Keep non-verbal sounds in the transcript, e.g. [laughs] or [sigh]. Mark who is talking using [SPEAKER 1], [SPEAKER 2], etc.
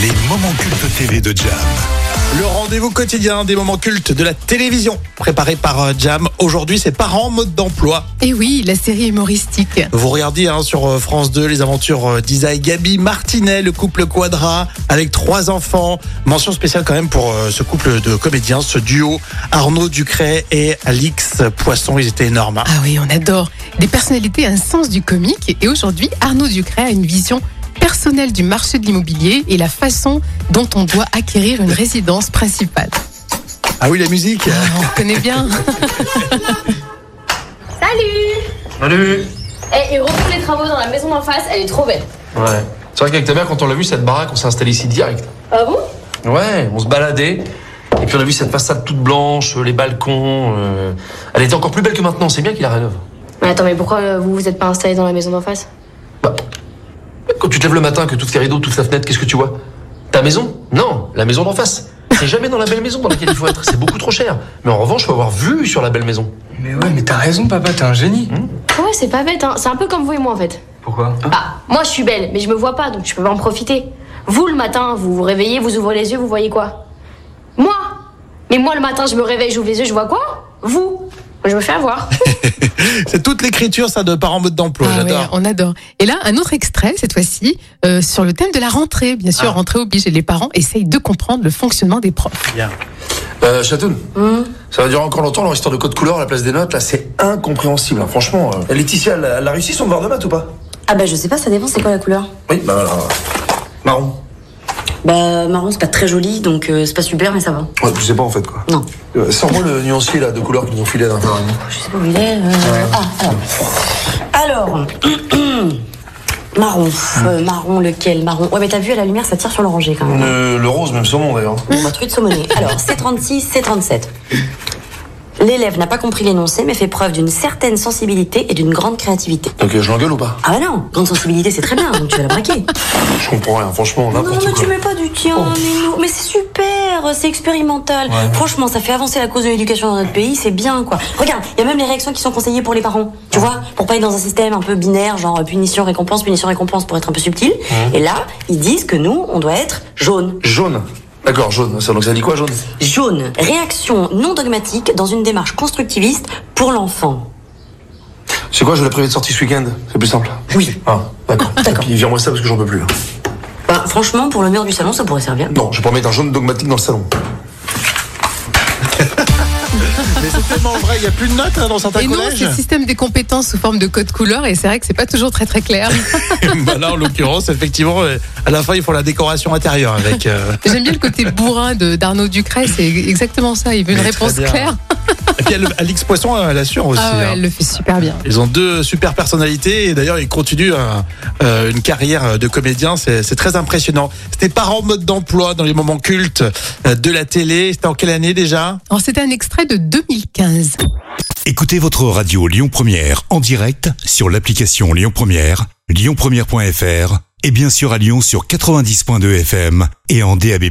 [SPEAKER 1] Les moments cultes TV de Jam.
[SPEAKER 2] Le rendez-vous quotidien des moments cultes de la télévision, préparé par euh, Jam. Aujourd'hui, c'est parents mode d'emploi.
[SPEAKER 3] Et Eh oui, la série humoristique.
[SPEAKER 2] Vous regardez hein, sur euh, France 2 les aventures euh, d'Isa et Gabi Martinet, le couple Quadra, avec trois enfants. Mention spéciale quand même pour euh, ce couple de comédiens, ce duo Arnaud Ducret et Alix Poisson. Ils étaient énormes. hein.
[SPEAKER 3] Ah oui, on adore. Des personnalités à un sens du comique. Et aujourd'hui, Arnaud Ducret a une vision personnelle du marché de l'immobilier et la façon dont on doit acquérir une résidence principale.
[SPEAKER 2] Ah oui, la musique
[SPEAKER 3] Ah, on connaît bien.
[SPEAKER 4] Salut
[SPEAKER 5] Salut
[SPEAKER 4] Eh, et reprends les travaux dans la maison d'en face, elle est trop belle.
[SPEAKER 5] Ouais. C'est vrai qu'avec ta mère, quand on l'a vu, cette baraque, on s'est installé ici direct.
[SPEAKER 4] Ah bon
[SPEAKER 5] Ouais, on se baladait. Et puis on a vu cette façade toute blanche, euh, les balcons. euh, Elle était encore plus belle que maintenant, c'est bien qu'il la rénove.
[SPEAKER 4] Mais attends, mais pourquoi euh, vous vous êtes pas installé dans la maison d'en face
[SPEAKER 5] Bah, quand tu te lèves le matin, que toutes tes rideaux, toute la fenêtre, qu'est-ce que tu vois Ta maison Non, la maison d'en face. C'est jamais dans la belle maison dans laquelle il faut être, c'est beaucoup trop cher. Mais en revanche, faut avoir vu sur la belle maison.
[SPEAKER 6] Mais ouais, mais t'as raison, papa, t'es un génie.
[SPEAKER 4] Ouais, c'est pas bête, hein. C'est un peu comme vous et moi en fait.
[SPEAKER 6] Pourquoi
[SPEAKER 4] Bah, moi je suis belle, mais je me vois pas, donc je peux pas en profiter. Vous le matin, vous vous réveillez, vous ouvrez les yeux, vous voyez quoi Moi Mais moi le matin, je me réveille, j'ouvre les yeux, je vois quoi Vous Moi, je me fais avoir.
[SPEAKER 2] [laughs] C'est toute l'écriture, ça, de parents mode d'emploi.
[SPEAKER 3] Ah ouais,
[SPEAKER 2] J'adore.
[SPEAKER 3] on adore. Et là, un autre extrait, cette fois-ci, euh, sur le thème de la rentrée. Bien
[SPEAKER 2] Ah.
[SPEAKER 3] sûr, rentrée oblige. Et les parents essayent de comprendre le fonctionnement des profs.
[SPEAKER 5] Euh, Chatoun, ça va durer encore longtemps leur histoire de code couleur à la place des notes, là, c'est incompréhensible, hein, franchement. euh. Laetitia, elle, elle a réussi son devoir de maths ou pas
[SPEAKER 7] Ah bah je sais pas, ça dépend c'est quoi la couleur.
[SPEAKER 5] Oui, bah voilà. Marron.
[SPEAKER 7] Bah marron c'est pas très joli donc euh, c'est pas super mais ça va.
[SPEAKER 5] Ouais, tu sais pas en fait quoi.
[SPEAKER 7] Non.
[SPEAKER 5] Euh, Sors-moi le nuancier là de couleur qu'ils nous ont filé à l'intérieur.
[SPEAKER 7] Je sais pas où il est. euh, Ah, ah. Alors [clears throat] marron, euh, marron lequel Marron. Ouais mais t'as vu à la lumière ça tire sur l'oranger quand même.
[SPEAKER 5] Euh, Le, le rose, même saumon d'ailleurs.
[SPEAKER 7] Bon bah truc de saumonné. Alors C36, C37. L'élève n'a pas compris l'énoncé mais fait preuve d'une certaine sensibilité et d'une grande créativité.
[SPEAKER 5] Donc euh, je l'engueule ou pas
[SPEAKER 7] Ah bah non, grande sensibilité c'est très bien donc tu vas la braquer.
[SPEAKER 5] Je comprends rien, franchement,
[SPEAKER 7] Non, non,
[SPEAKER 5] n'importe
[SPEAKER 7] mais
[SPEAKER 5] quoi.
[SPEAKER 7] tu mets pas du tien, Minou. Mais c'est super, c'est expérimental. Franchement, ça fait avancer la cause de l'éducation dans notre pays, c'est bien, quoi. Regarde, il y a même les réactions qui sont conseillées pour les parents. Tu vois, pour pas être dans un système un peu binaire, genre punition, récompense, punition, récompense, pour être un peu subtil. Et là, ils disent que nous, on doit être jaune.
[SPEAKER 5] Jaune. D'accord, jaune. Ça, donc ça dit quoi jaune
[SPEAKER 7] Jaune, réaction non dogmatique dans une démarche constructiviste pour l'enfant.
[SPEAKER 5] C'est quoi, je l'ai privé de sortie ce week-end C'est plus simple.
[SPEAKER 7] Oui.
[SPEAKER 5] Ah, d'accord. D'accord. Puis vire-moi ça parce que j'en peux plus là.
[SPEAKER 7] Bah, franchement, pour le mur du salon, ça pourrait servir.
[SPEAKER 5] Non, je vais pas mettre un jaune dogmatique dans le salon.
[SPEAKER 2] Mais c'est tellement vrai, il n'y a plus de notes hein, dans certains
[SPEAKER 3] Et non,
[SPEAKER 2] collèges.
[SPEAKER 3] c'est le système des compétences sous forme de code couleur. Et c'est vrai que c'est pas toujours très
[SPEAKER 2] [laughs]
[SPEAKER 3] très clair.
[SPEAKER 2] [laughs] Bah là, en l'occurrence, effectivement, euh, à la fin, ils font la décoration intérieure avec. euh,
[SPEAKER 3] J'aime bien le côté bourrin de- d'Arnaud Ducret. C'est exactement ça. Il veut une
[SPEAKER 2] Mais
[SPEAKER 3] réponse
[SPEAKER 2] très bien.
[SPEAKER 3] claire.
[SPEAKER 2] Et puis, elle- Alix Poisson, euh, elle assure aussi.
[SPEAKER 3] Ah ouais,
[SPEAKER 2] hein.
[SPEAKER 3] elle le fait super bien.
[SPEAKER 2] Ils ont deux super personnalités et d'ailleurs ils continuent un- euh, une carrière de comédien, c'est c'est très impressionnant. C'était parents mode d'emploi dans les moments cultes euh, de la télé, c'était en quelle année déjà
[SPEAKER 3] Alors, c'était un extrait de 2015.
[SPEAKER 1] Écoutez votre radio Lyon Première en direct sur l'application Lyon Première, lyonpremière.fr et bien sûr à Lyon sur 90.2 FM et en DAB+.